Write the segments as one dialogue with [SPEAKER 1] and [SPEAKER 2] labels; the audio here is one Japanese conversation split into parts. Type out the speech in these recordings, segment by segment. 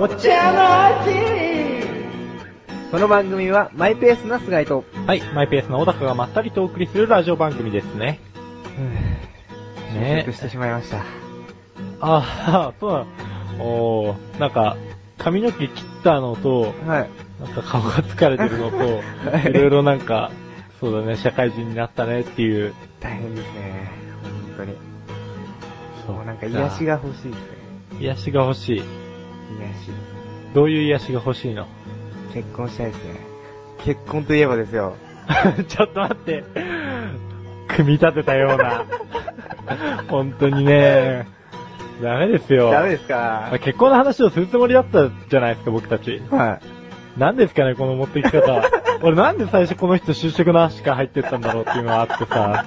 [SPEAKER 1] お茶の味この番組はマイペースな菅井と、
[SPEAKER 2] はい、マイペースの小高がまったりとお送りするラジオ番組ですね。
[SPEAKER 1] ね
[SPEAKER 2] ね
[SPEAKER 1] え。してしまいました。
[SPEAKER 2] ああ、 そうなの。おー、なんか、髪の毛切ったのと、
[SPEAKER 1] はい。
[SPEAKER 2] なんか顔が疲れてるの
[SPEAKER 1] はい
[SPEAKER 2] と、いろいろなんか、そうだね、社会人になったねっていう。
[SPEAKER 1] 大変ですね。本当に。
[SPEAKER 2] そう
[SPEAKER 1] もうなんか癒し。が欲しいですね。
[SPEAKER 2] 癒しが欲しい。
[SPEAKER 1] 癒
[SPEAKER 2] どういう癒しが欲しいの
[SPEAKER 1] し。結婚したいですね。結婚といえばですよ。
[SPEAKER 2] ちょっと待って。組み立てたような。 本当にね、ダメですよ。
[SPEAKER 1] ダメです
[SPEAKER 2] まあ
[SPEAKER 1] か
[SPEAKER 2] 結婚の話をするつもりだったじゃないですか、僕たち。
[SPEAKER 1] はい。
[SPEAKER 2] 何ですかね、この持ってい き方。俺なんで最初この人就職の話から入ってったんだろうっていうのがあってさ。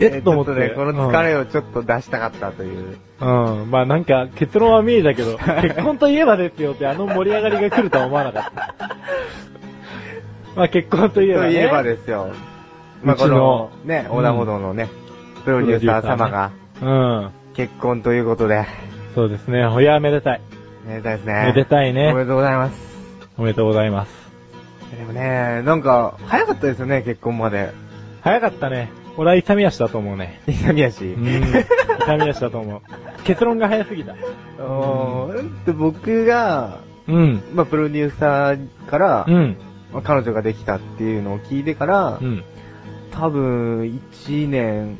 [SPEAKER 2] えっと思っ
[SPEAKER 1] ち
[SPEAKER 2] て
[SPEAKER 1] ょっとね、この疲れをちょっと出したかったという。
[SPEAKER 2] うん。まあなんか結論は見えた けど、結婚といえばですよってあの盛り上がりが来るとは思わなかった。まあ結婚といえば、
[SPEAKER 1] と
[SPEAKER 2] ね。
[SPEAKER 1] いえばですよ。
[SPEAKER 2] うち
[SPEAKER 1] こ
[SPEAKER 2] の
[SPEAKER 1] ね、
[SPEAKER 2] うん
[SPEAKER 1] 横断歩道のね、プロデューサー様が
[SPEAKER 2] うん。
[SPEAKER 1] 結婚ということで、
[SPEAKER 2] そうですね。ほやめでたい。
[SPEAKER 1] めでたいですね。
[SPEAKER 2] めでたいね
[SPEAKER 1] おめでとうございます。
[SPEAKER 2] おめでとうございます。
[SPEAKER 1] でもね、なんか、早かったですよね、結婚まで。
[SPEAKER 2] 早かったね。俺は勇み足だと思うね。
[SPEAKER 1] 勇み足。
[SPEAKER 2] うん。勇み足だと思う。結論が早すぎた。
[SPEAKER 1] おーで僕が、
[SPEAKER 2] うん。
[SPEAKER 1] まあ、プロデューサーから、
[SPEAKER 2] うん。
[SPEAKER 1] まあ彼女ができたっていうのを聞いてから、
[SPEAKER 2] うん。
[SPEAKER 1] 多分、1年、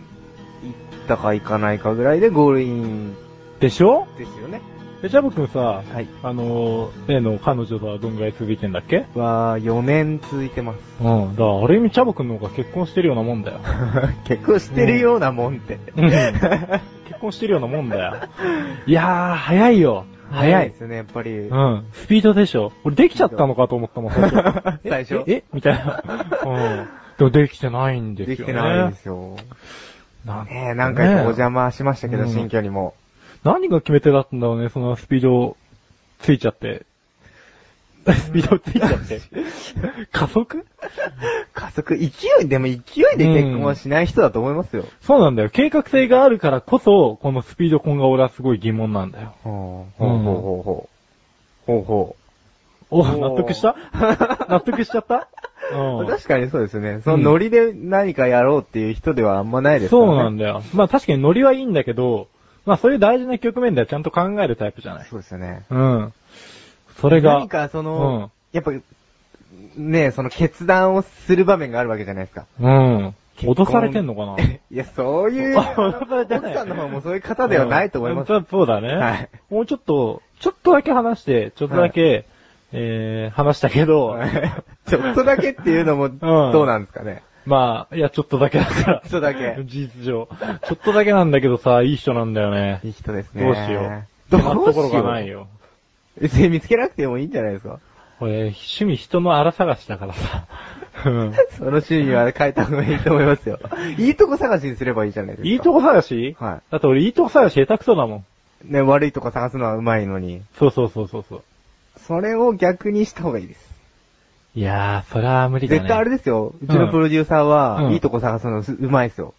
[SPEAKER 1] 行ったか行かないかぐらいでゴールイン
[SPEAKER 2] でしょ
[SPEAKER 1] ですよね。
[SPEAKER 2] え、ジャブ君さ、
[SPEAKER 1] はい。
[SPEAKER 2] あのー、例の彼女とはどんぐらい続いてんだっけ
[SPEAKER 1] は、4年続いて ます。
[SPEAKER 2] うん。だから、ある意味、チャブ君の方が結婚してるようなもんだよ。
[SPEAKER 1] 結婚してるようなもんって。
[SPEAKER 2] うん 結婚してるようなもんだよ。いやー、早いよ。早い
[SPEAKER 1] で。すね、やっぱり。
[SPEAKER 2] うん。スピードでしょ。俺、できちゃったのかと思ったもん、最 初。
[SPEAKER 1] 最初。
[SPEAKER 2] えみたいな。うん。でも、できてないんですよ、
[SPEAKER 1] で
[SPEAKER 2] ね。
[SPEAKER 1] きてないんですよ。
[SPEAKER 2] なん
[SPEAKER 1] ねえ、何回かお邪魔しましたけど、
[SPEAKER 2] ねえ
[SPEAKER 1] 新居にも。
[SPEAKER 2] 何が決め手だったんだろうね、そのスピード、ついちゃ って。スピードついちゃ って。加速
[SPEAKER 1] 加速、勢い、でも勢いで結婚はしない人だと思いますよ。
[SPEAKER 2] そうなんだよ。計画性があるからこそ、このスピード婚が俺はすごい疑問なんだよ。
[SPEAKER 1] ほう
[SPEAKER 2] う
[SPEAKER 1] ほ
[SPEAKER 2] ん
[SPEAKER 1] うほうほう。ほうほ
[SPEAKER 2] お、
[SPEAKER 1] おー
[SPEAKER 2] 納得した 納得しちゃった
[SPEAKER 1] う。
[SPEAKER 2] う
[SPEAKER 1] 確かにそうですね。そのノリで何かやろうっていう人ではあんまないで
[SPEAKER 2] ん。
[SPEAKER 1] すから
[SPEAKER 2] そ
[SPEAKER 1] ね。
[SPEAKER 2] うなんだよ。まあ確かにノリはいいんだけど、まあそういう大事な局面ではちゃんと考えるタイプじゃない。
[SPEAKER 1] そうですよね。
[SPEAKER 2] うん。それが
[SPEAKER 1] 何、かそ
[SPEAKER 2] うん
[SPEAKER 1] の、やっぱ、ねえ、その決断をする場面があるわけじゃないですか。
[SPEAKER 2] うん。
[SPEAKER 1] 結婚
[SPEAKER 2] 脅されてんのかな
[SPEAKER 1] いや、そういう、
[SPEAKER 2] あ 脅されてない
[SPEAKER 1] 奥さんの方もそういう方ではないと思います
[SPEAKER 2] うん。そうだね。
[SPEAKER 1] はい
[SPEAKER 2] もうちょっと、ちょっとだけ話して、ちょっとだけ、えー、話したけど、
[SPEAKER 1] ちょっとだけっていうのも、どうなんですかね。
[SPEAKER 2] まあ、いや、ちょっとだけだから。
[SPEAKER 1] ちょっとだけ
[SPEAKER 2] 事実上。ちょっとだけなんだけどさ、いい人なんだよね。
[SPEAKER 1] いい人ですね。
[SPEAKER 2] どうしよう。
[SPEAKER 1] どうし
[SPEAKER 2] な
[SPEAKER 1] よう。
[SPEAKER 2] ところがない。よ。
[SPEAKER 1] 別に見つけなくてもいいんじゃないですか。
[SPEAKER 2] 俺、趣味人の荒探しだからさ。うん。
[SPEAKER 1] その趣味は変えた方がいいと思いますよ。いいとこ探しにすればいいじゃないですか。
[SPEAKER 2] いいとこ探し
[SPEAKER 1] は
[SPEAKER 2] だって俺、いいとこ探し下手くそだもん。
[SPEAKER 1] い。ね、悪いとこ探すのはうまいのに。
[SPEAKER 2] そうそうそうそうそう。
[SPEAKER 1] それを逆にした方がいいです。
[SPEAKER 2] いやー、それは無理だね。
[SPEAKER 1] 絶対あれですよ。うち
[SPEAKER 2] う
[SPEAKER 1] の
[SPEAKER 2] ん
[SPEAKER 1] プロデューサーは、
[SPEAKER 2] うん
[SPEAKER 1] いいとこ探すのうまいですよ。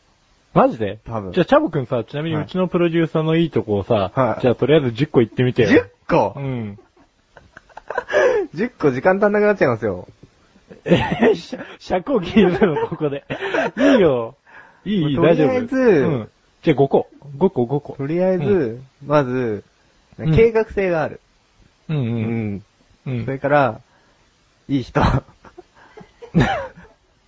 [SPEAKER 2] マジで
[SPEAKER 1] 多分
[SPEAKER 2] じゃあ、チャボくんさ、ちなみに
[SPEAKER 1] はいう
[SPEAKER 2] ちのプロデューサーのいいとこをさ、
[SPEAKER 1] はい
[SPEAKER 2] じゃあ、とりあえず10個言ってみてよ。
[SPEAKER 1] 10個
[SPEAKER 2] うん。
[SPEAKER 1] !10 個時間足んなくなっちゃいますよ。
[SPEAKER 2] えー、しゃ、 尺を切るの、ここで。いいよ。いい、いい、
[SPEAKER 1] もうと
[SPEAKER 2] 大
[SPEAKER 1] り
[SPEAKER 2] 丈夫。
[SPEAKER 1] あえず
[SPEAKER 2] うん。じゃあ5個。5個、5個
[SPEAKER 1] と。りあえず、まず、
[SPEAKER 2] うん
[SPEAKER 1] 計画性がある。
[SPEAKER 2] うんう。
[SPEAKER 1] うんん。
[SPEAKER 2] う
[SPEAKER 1] それ
[SPEAKER 2] ん。
[SPEAKER 1] から、いい人。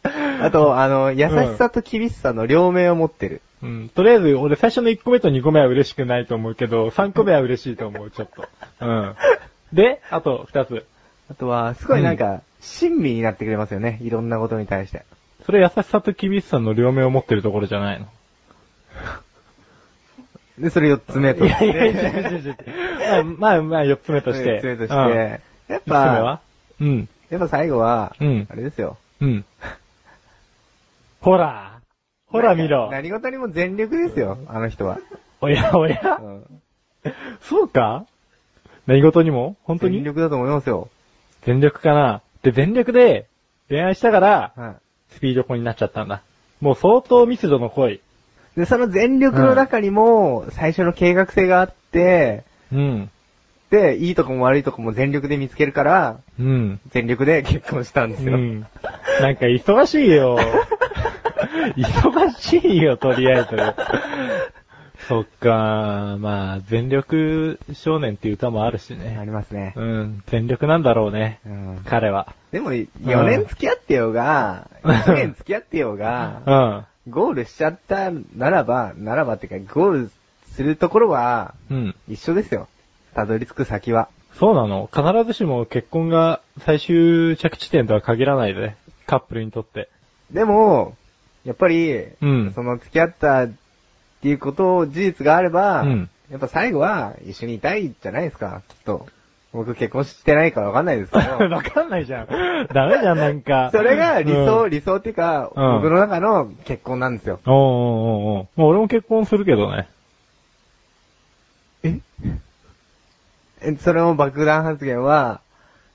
[SPEAKER 1] あと、あの、優しさと厳しさの両面を持ってる。
[SPEAKER 2] うん。とりあえず、俺最初の1個目と2個目は嬉しくないと思うけど、3個目は嬉しいと思う、ちょっと。うん。で、あと2つ。
[SPEAKER 1] あとは、すごいなんか、親身になってくれますよね。いろんなことに対して。
[SPEAKER 2] それ優しさと厳しさの両面を持ってるところじゃないの。
[SPEAKER 1] で、それ四つ目と
[SPEAKER 2] い
[SPEAKER 1] して。
[SPEAKER 2] やいやいやいやいやまあ、まあ、まあ、4つ目として。
[SPEAKER 1] 四つ目として。
[SPEAKER 2] うん
[SPEAKER 1] やっ
[SPEAKER 2] 一つ目は
[SPEAKER 1] ぱ、
[SPEAKER 2] うん。
[SPEAKER 1] やっぱ最後は、
[SPEAKER 2] うん
[SPEAKER 1] あれですよ。
[SPEAKER 2] うん。ほらほら見ろ
[SPEAKER 1] なんか何事にも全力ですよ、あの人は。
[SPEAKER 2] おやお
[SPEAKER 1] う
[SPEAKER 2] や
[SPEAKER 1] ん
[SPEAKER 2] そうか何事にも本当に
[SPEAKER 1] 全力だと思いますよ。
[SPEAKER 2] 全力かなで、全力で恋愛したから、
[SPEAKER 1] は
[SPEAKER 2] スピード婚になっちゃったんだ。もう相当密度の濃い。
[SPEAKER 1] い。で、その全力の中にも、最初の計画性があって、
[SPEAKER 2] うん。
[SPEAKER 1] って、いいとこも悪いとこも全力で見つけるから、
[SPEAKER 2] うん。
[SPEAKER 1] 全力で結婚したんですよ。
[SPEAKER 2] うん。なんか忙しいよ。 忙しいよ、とりあえず。そっか、まあ、全力少年っていう歌もあるし
[SPEAKER 1] あ
[SPEAKER 2] ね。
[SPEAKER 1] りますね。
[SPEAKER 2] うん、全力なんだろうね。
[SPEAKER 1] うん
[SPEAKER 2] 彼は。
[SPEAKER 1] でも、4年付き合ってようが、
[SPEAKER 2] うん
[SPEAKER 1] 1年付き合ってよう
[SPEAKER 2] う
[SPEAKER 1] が、
[SPEAKER 2] ん。
[SPEAKER 1] ゴールしちゃったならば、ならばってか、ゴールするところは、
[SPEAKER 2] うん。
[SPEAKER 1] 一緒ですよ。たどり着く先は。
[SPEAKER 2] そうなの必ずしも結婚が最終着地点とは限らないで。カップルにとって。
[SPEAKER 1] でも、やっぱり、
[SPEAKER 2] うん
[SPEAKER 1] その付き合ったっていうことを事実があれば、
[SPEAKER 2] うん
[SPEAKER 1] やっぱ最後は一緒にいたいじゃないですか、きっと。僕結婚してないからわかんないですけ ど。
[SPEAKER 2] わかんないじゃん。ダメじゃん、なんか。
[SPEAKER 1] それが理想、
[SPEAKER 2] うん
[SPEAKER 1] 理想っていうか、
[SPEAKER 2] うん
[SPEAKER 1] 僕の中の結婚なんですよ。
[SPEAKER 2] おうおうおうおうまあ俺も結婚するけどね。
[SPEAKER 1] ええそれも爆弾発言は、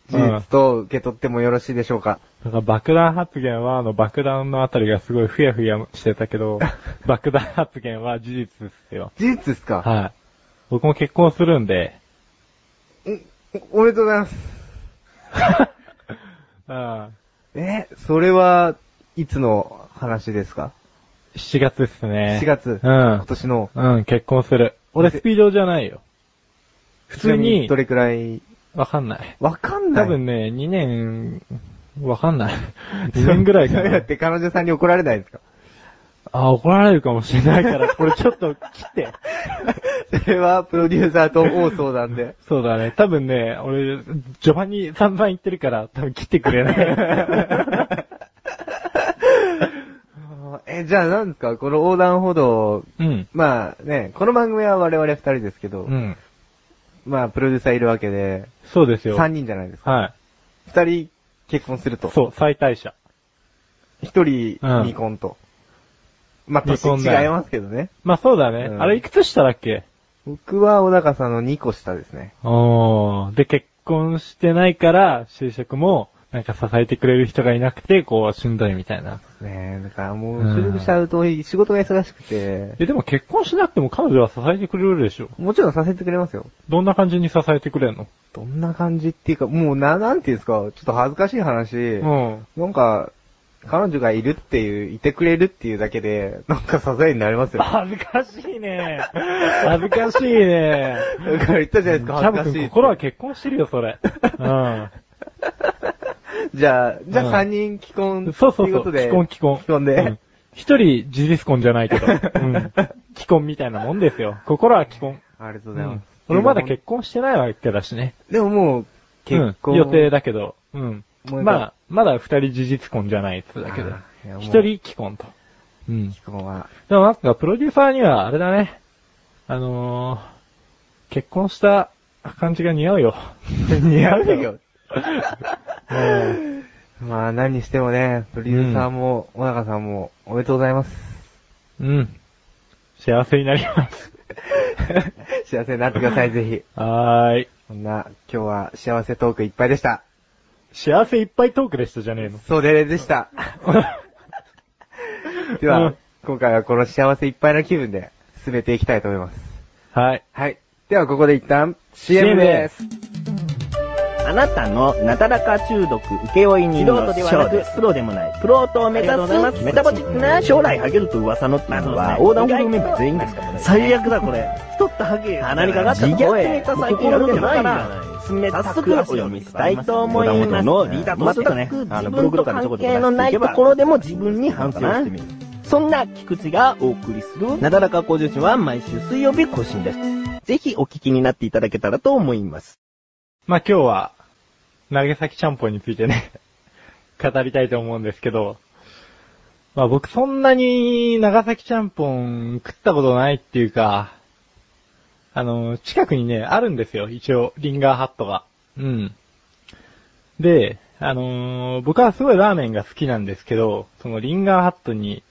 [SPEAKER 1] 事実と受け取ってもよろしいでしょうか、
[SPEAKER 2] だから爆弾発言は、あの爆弾のあたりがすごいふやふやしてた けど、爆弾発言は事実ですよ。
[SPEAKER 1] 事実ですか
[SPEAKER 2] はい。僕も結婚する んで、
[SPEAKER 1] うんおおめでとうございます。
[SPEAKER 2] うん、7
[SPEAKER 1] え、それは、いつの話ですか
[SPEAKER 2] 月ですね。
[SPEAKER 1] 7月今
[SPEAKER 2] う
[SPEAKER 1] 年の、
[SPEAKER 2] ん。うん、結婚する。俺スピードじゃないよ。普通に
[SPEAKER 1] ど、れくらい、
[SPEAKER 2] わかんない。
[SPEAKER 1] わかんない。
[SPEAKER 2] 多分ね、2年、わか んない。2年ぐらいか
[SPEAKER 1] そうや
[SPEAKER 2] な
[SPEAKER 1] っ。て彼女さんに怒られないですか
[SPEAKER 2] あ、怒られるかもしれないから、これちょっと切って。
[SPEAKER 1] それは、プロデューサーと大相談で。
[SPEAKER 2] そうだね。多分ね、俺、序盤に散々言ってるから、多分切ってく れない。
[SPEAKER 1] あーえ、じゃあ何ですかこの横断歩道、
[SPEAKER 2] うん。
[SPEAKER 1] まあね、この番組は我々二人ですけど、
[SPEAKER 2] うん。
[SPEAKER 1] まあプロデューサーいるわけで、
[SPEAKER 2] そうですよ。
[SPEAKER 1] 三人じゃないですか。
[SPEAKER 2] は
[SPEAKER 1] 二人結婚する
[SPEAKER 2] い。
[SPEAKER 1] と。
[SPEAKER 2] そう、最大者。
[SPEAKER 1] 一人
[SPEAKER 2] うん
[SPEAKER 1] 未婚と。まあ
[SPEAKER 2] 未
[SPEAKER 1] 年違
[SPEAKER 2] 婚
[SPEAKER 1] い
[SPEAKER 2] だよ
[SPEAKER 1] ますけどね。
[SPEAKER 2] まあそうだね。
[SPEAKER 1] うん
[SPEAKER 2] あれ、いくつ下だっけ
[SPEAKER 1] 僕は小高さんの2個下ですね。
[SPEAKER 2] おー。で、結婚してないから、就職も、なんか支えてくれる人がいなくて、こう、しんどいみたいな。
[SPEAKER 1] ねえ、だからもう、
[SPEAKER 2] うん
[SPEAKER 1] 就職しちゃうと仕事が忙しくて、
[SPEAKER 2] え、でも結婚しなくても彼女は支えてくれるでしょ。
[SPEAKER 1] もちろんさせてくれますよ。
[SPEAKER 2] どんな感じに支えてくれんの
[SPEAKER 1] どんな感じっていうか、もうな、なんていうんですか、ちょっと恥ずかしい話、
[SPEAKER 2] うん。
[SPEAKER 1] なんか、彼女がいるっていう、いてくれるっていうだけで、なんか支えになりますよ。
[SPEAKER 2] 恥ずかしいね。 恥ずかしいね。
[SPEAKER 1] だから言ったじゃないです
[SPEAKER 2] キ
[SPEAKER 1] か、
[SPEAKER 2] ャ
[SPEAKER 1] 恥
[SPEAKER 2] ブ
[SPEAKER 1] ずかしい
[SPEAKER 2] 君
[SPEAKER 1] って。
[SPEAKER 2] 心は結婚してるよ、それ。うん。
[SPEAKER 1] じゃあ、じゃ
[SPEAKER 2] う
[SPEAKER 1] あ
[SPEAKER 2] ん
[SPEAKER 1] 3人既婚って
[SPEAKER 2] そうそう
[SPEAKER 1] いう
[SPEAKER 2] そ
[SPEAKER 1] こと
[SPEAKER 2] う。
[SPEAKER 1] で。
[SPEAKER 2] 既婚既婚。
[SPEAKER 1] 既婚で。
[SPEAKER 2] うん一人、事実婚じゃない けど。うん。既婚みたいなもんですよ。心は既婚。
[SPEAKER 1] ありがとう
[SPEAKER 2] う
[SPEAKER 1] ございます
[SPEAKER 2] ん。俺まだ結婚してないわけだしね。
[SPEAKER 1] でももう、結婚。
[SPEAKER 2] うん予定だけど。うん。
[SPEAKER 1] もう
[SPEAKER 2] まあ、まだ二人事実婚じゃないってだけど
[SPEAKER 1] あーいや。もう
[SPEAKER 2] 一人既婚と。うん。
[SPEAKER 1] 既婚は。
[SPEAKER 2] でもなんか、プロデューサーには、あれだね。あのー、結婚した感じが似合 うよ。
[SPEAKER 1] 似合うよ。
[SPEAKER 2] うん
[SPEAKER 1] まあ何にしてもね、プロデューサーも、小高さんも、おめでとうござい ます。
[SPEAKER 2] うん。幸せになり ます。
[SPEAKER 1] 幸せになってください、ぜひ。
[SPEAKER 2] はーい。
[SPEAKER 1] そんな、今日は幸せトークいっぱいでした。
[SPEAKER 2] 幸せいっぱいトークでしたじゃねえの。
[SPEAKER 1] そうでで した。では、
[SPEAKER 2] うん
[SPEAKER 1] 今回はこの幸せいっぱいな気分で進めていきたいと思います。
[SPEAKER 2] はい。
[SPEAKER 1] はい。ではここで一旦 CM です。
[SPEAKER 3] あなたのなだらか中毒請負人の
[SPEAKER 4] 素人ではなく
[SPEAKER 3] プロでもない、プロと目指す、メタボチックな、将来ハゲると噂のっていうのは、横断歩道メンバー全員ですからね。最悪だこれ。太ったハゲ鼻にかかった
[SPEAKER 4] 自虐ネタ最
[SPEAKER 3] 最
[SPEAKER 4] 近
[SPEAKER 3] 近
[SPEAKER 4] や
[SPEAKER 3] や
[SPEAKER 4] るん
[SPEAKER 3] るん
[SPEAKER 4] じ
[SPEAKER 3] じ
[SPEAKER 4] ゃ
[SPEAKER 3] ゃ
[SPEAKER 4] な
[SPEAKER 3] ないい
[SPEAKER 4] ん
[SPEAKER 3] ん
[SPEAKER 4] じゃな
[SPEAKER 3] じゃ
[SPEAKER 4] い
[SPEAKER 3] ない早速お読みしたいと思います。
[SPEAKER 4] 横断歩道のリーダーとして
[SPEAKER 3] 全くね、あの、ブ
[SPEAKER 4] ブ
[SPEAKER 3] ロ
[SPEAKER 4] ロ
[SPEAKER 3] グ
[SPEAKER 4] グと
[SPEAKER 3] とか
[SPEAKER 4] か
[SPEAKER 3] の
[SPEAKER 4] のと
[SPEAKER 3] とこ
[SPEAKER 4] こ
[SPEAKER 3] で
[SPEAKER 4] で
[SPEAKER 3] も
[SPEAKER 4] も
[SPEAKER 3] 出
[SPEAKER 4] 出
[SPEAKER 3] し
[SPEAKER 4] してていけば
[SPEAKER 3] いけばところでも自分に反省
[SPEAKER 4] 反省をして
[SPEAKER 3] し
[SPEAKER 4] て
[SPEAKER 3] み
[SPEAKER 4] み
[SPEAKER 3] る。そんな菊池がお送りする、なだらか向上心は毎週水曜日更新です。ぜひお聞きになっていただけたらと思います。
[SPEAKER 2] まあ、今日は、投げ先ちゃんぽんについてね、 語りたいと思うんですけど、まあ僕そんなに長崎ちゃんぽん食ったことないっていうか、あの、近くにね、あるんですよ、一応、リンガーハットが。うん。で、あのー僕はすごいラーメンが好きなんですけど、そのリンガーハットに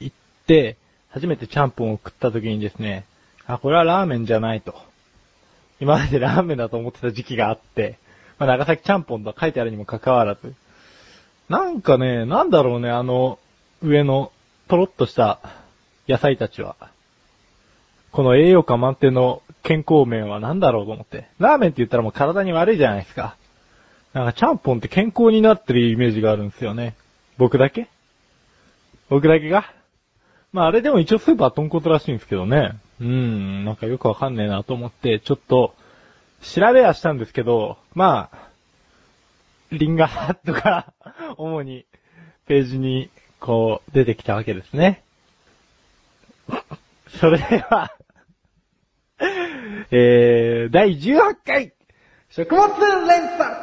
[SPEAKER 2] 行って、初めてちゃんぽんを食った時にですね、あ、これはラーメンじゃないと。今までラーメンだと思ってた時期があって、まあ、長崎ちゃんぽんと書いてあるにもかかわらず、なんかね、なんだろうね、あの、上の、とろっとした野菜たちは。この栄養価満点の健康面は何だろうと思って。ラーメンって言ったらもう体に悪いじゃないですか。なんかちゃんぽんって健康になってるイメージがあるんですよね。僕だけ僕だけがまああれでも一応スーパー豚骨らしいんですけどね。うん、なんかよくわかんねえなと思って、ちょっと、調べはしたんですけど、まあ、リンガーとか、 主に、ページに、こう、出てきたわけですね。それでは、 えー、第18回、食物連鎖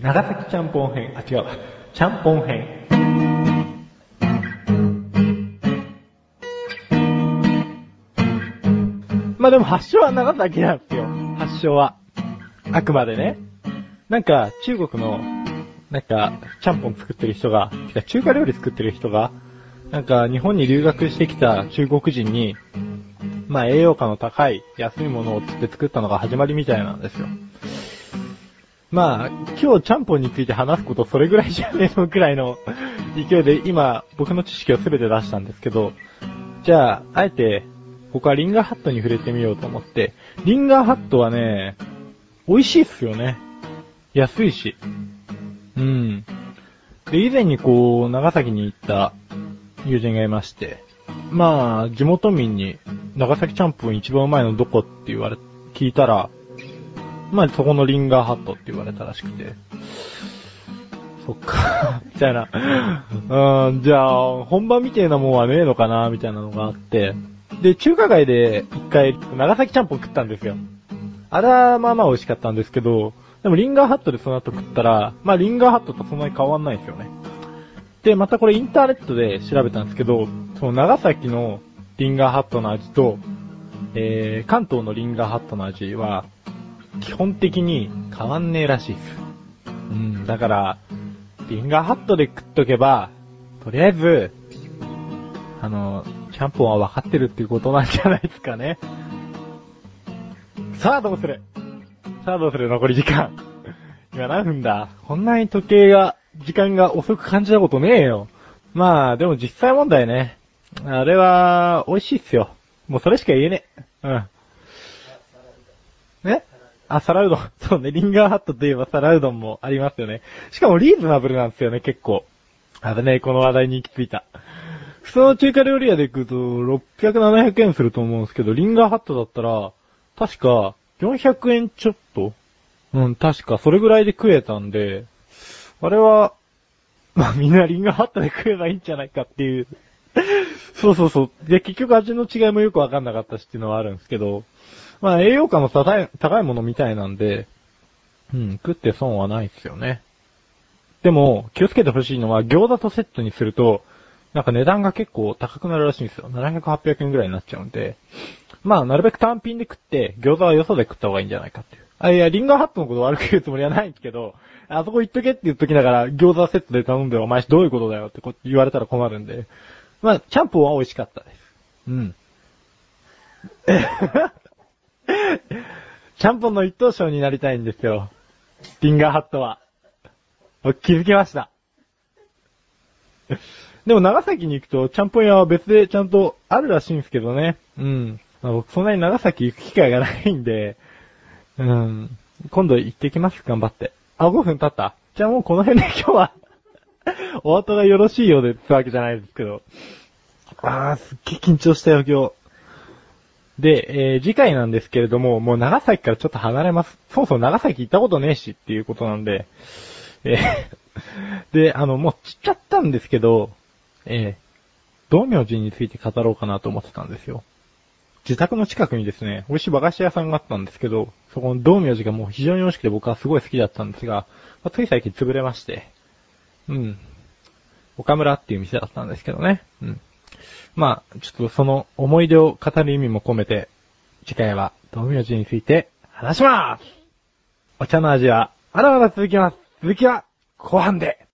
[SPEAKER 2] 長崎ちゃんぽん編、あ、違う、ちゃんぽん編。まあでも発祥は長崎なんですよ。発祥は。あくまでね。なんか、中国の、なんか、ちゃんぽん作ってる人が、てか中華料理作ってる人が、なんか、日本に留学してきた中国人に、まあ、栄養価の高い、安いものをつって作ったのが始まりみたいなんですよ。まあ、今日ちゃんぽんについて話すことそれぐらいじゃねえのくらいの勢いで、今、僕の知識を全て出したんですけど、じゃあ、あえて、僕はリンガーハットに触れてみようと思って、リンガーハットはね、美味しいっすよね。安いし。うん。で、以前にこう、長崎に行った友人がいまして、まあ、地元民に、長崎ちゃんぽん一番うまいのどこって言われ、聞いたら、まあ、そこのリンガーハットって言われたらしくて、そっか、 みたいな。うん、じゃあ、本場みたいなもんはねえのかな、みたいなのがあって。で、中華街で一回、長崎ちゃんぽん食ったんですよ。あれはまあまあ美味しかったんですけど、でもリンガーハットでその後食ったら、まあリンガーハットとそんなに変わんないんですよね。で、またこれインターネットで調べたんですけど、その長崎のリンガーハットの味と、えー、関東のリンガーハットの味は、基本的に変わんねえらしいです。うん、だから、リンガーハットで食っとけば、とりあえず、あの、キャンポンは分かってるっていうことなんじゃないですかね。 さあ、どうするさあ、どうする残り時間。 今何分だこんなに時計が、時間が遅く感じたことねえよ。まあ、でも実際問題ね。あれは、美味しいっすよ。もうそれしか言えねえ。うん。ねあ、皿うどん。そうね、リン ガーハットといえば皿うどんもありますよね。しかもリーズナブルなんですよね、結構。危ねえ、この話題に行き着いた。普通の中華料理屋で行くと、600、700円すると思うんですけど、リンガーハットだったら、確か、400円ちょっとうん、確か、それぐらいで食えたんで、あれは、まあみんなリンガーハットで食えばいいんじゃないかっていう。 そうそうそう。で、結局味の違いもよくわかんなかったしっていうのはあるんですけど、まあ栄養価の高い、高いものみたいなんで、うん、食って損はないですよね。でも、気をつけてほしいのは、餃子とセットにすると、なんか値段が結構高くなるらしいんですよ。700、800円ぐらいになっちゃうんで。まあ、なるべく単品で食って、餃子はよそで食った方がいいんじゃないかっていう。あ、いや、リンガーハットのこと悪く言うつもりはないんですけど、あそこ行っとけって言っときながら、餃子セットで頼んで、お前どういうことだよってこう言われたら困るんで。まあ、ちゃんぽんは美味しかったです。うん。 ちゃんぽんの一等賞になりたいんですよ。リンガーハットは。僕気づきました。 でも長崎に行くと、ちゃんぽん屋は別でちゃんとあるらしいんですけどね。うん。まあ僕そんなに長崎行く機会がないんで、うん。今度行ってきます、頑張って。あ、5分経ったじゃあもうこの辺で今 日は、お後がよろしいようでってわけじゃないですけど。あー、すっげえ緊張したよ、今日。で、えー次回なんですけれども、もう長崎からちょっと離れます。そもそも長崎行ったことねえしっていうことなんで、えー で、あの、もう散っちゃったんですけど、えー、道明寺について語ろうかなと思ってたんですよ。自宅の近くにですね、美味しい和菓子屋さんがあったんですけど、そこの道明寺がもう非常に美味しくて僕はすごい好きだったんですが、まあ、つい最近潰れまして、うん。岡村っていう店だったんですけどね。うん。まあ、ちょっとその思い出を語る意味も込めて、次回は道明寺について話しますお茶の味は、まだまだ続きます。続きは、後半で